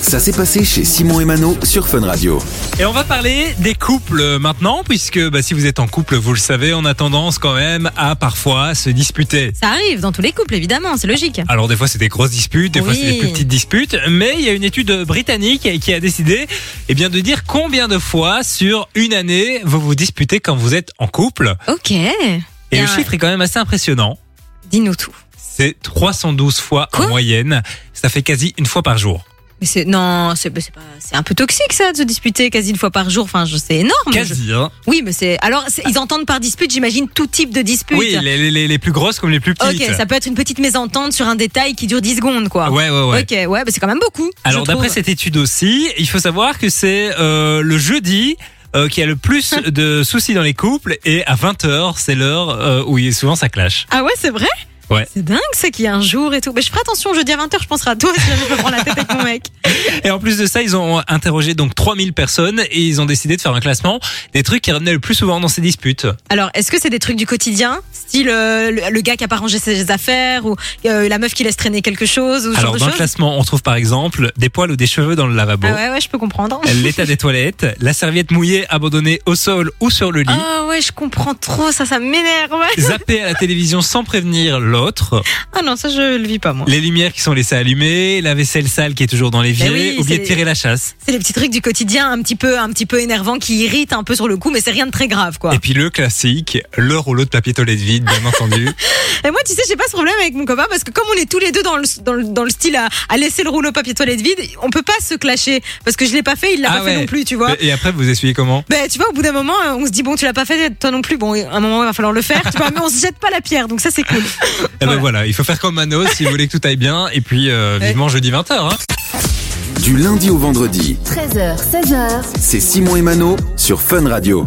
Ça s'est passé chez Simon et Mano sur Fun Radio. Et on va parler des couples euh, maintenant, puisque bah, si vous êtes en couple, vous le savez, on a tendance quand même à parfois se disputer. Ça arrive dans tous les couples, évidemment, c'est logique. Alors des fois c'est des grosses disputes, des fois Oui. c'est des plus petites disputes, mais il y a une étude britannique qui a décidé eh bien, de dire combien de fois sur une année vous vous disputez quand vous êtes en couple. Ah. Ok. Et le Bien. chiffre est quand même assez impressionnant. Dis-nous tout. C'est 312 fois en Quoi Oh, moyenne. Ça fait quasi une fois par jour. Mais c'est non, c'est c'est pas- c'est un peu toxique ça de se disputer quasi une fois par jour. Enfin, je c'est énorme. Je- Quasi, hein Oui, mais c'est alors c'est- ils entendent par dispute, j'imagine tout type de dispute. Oui, les, les- les plus grosses comme les plus ok, petites. ça peut être une petite mésentente sur un détail qui dure 10 secondes, quoi. Ouais, ouais, ouais. Ok, ouais, bah, c'est quand même beaucoup. Alors je trouve. d'après cette étude aussi, il faut savoir que c'est euh, le jeudi euh, qui a le plus de soucis dans les couples et à 20h c'est l'heure euh, où il- souvent ça clash. Ah ouais, c'est vrai. Ouais. C'est dingue, ça qu'il y a un jour et tout. Mais je ferai attention jeudi à 20h, je penserai à toi si jamais je me prends la tête avec mon mec. Et en plus de ça, ils ont interrogé donc 3000 personnes et ils ont décidé de faire un classement des trucs qui revenaient le plus souvent dans ces disputes. Alors, est-ce que c'est des trucs du quotidien, style euh, le, le gars qui a pas rangé ses affaires ou euh, la meuf qui laisse traîner quelque chose ou ce Alors genre dans de le choses classement, on trouve par exemple des poils ou des cheveux dans le lavabo, Ah ouais, ouais, je peux comprendre. l'état des toilettes, la serviette mouillée abandonnée au sol ou sur le lit. Ah ouais, je comprends trop, ça, ça m'énerve. ouais. Zapper à la télévision sans prévenir l'autre, Ah non, ça, je le vis pas, moi. les lumières qui sont laissées allumées, la vaisselle sale qui est toujours dans l'évier, Mais Ben oui, oublier c'est- de tirer la chasse. C'est les petits trucs du quotidien un petit peu, un petit peu énervants qui irritent un peu sur le coup, mais c'est rien de très grave, quoi. Et puis le classique, le rouleau de papier toilette vide, bien entendu. Et moi, tu sais, j'ai pas ce problème avec mon copain parce que comme on est tous les deux dans le, dans le, dans le style à, à laisser le rouleau papier toilette vide, on peut pas se clasher parce que je l'ai pas fait, il l'a Ah pas ouais. fait non plus, tu vois. Et après, vous essuyez comment Ben, tu vois, au bout d'un moment, euh, on se dit, bon, tu l'as pas fait, toi non plus. Bon, à un moment, il va falloir le faire, tu vois, mais on se jette pas la pierre, donc ça, c'est cool. Eh ben voilà, il faut faire comme Manos si vous voulez que tout aille bien. Et puis, euh, vivement jeudi 20h. Hein. Du lundi au vendredi, 13h, 16h. c'est Simon et Mano sur Fun Radio.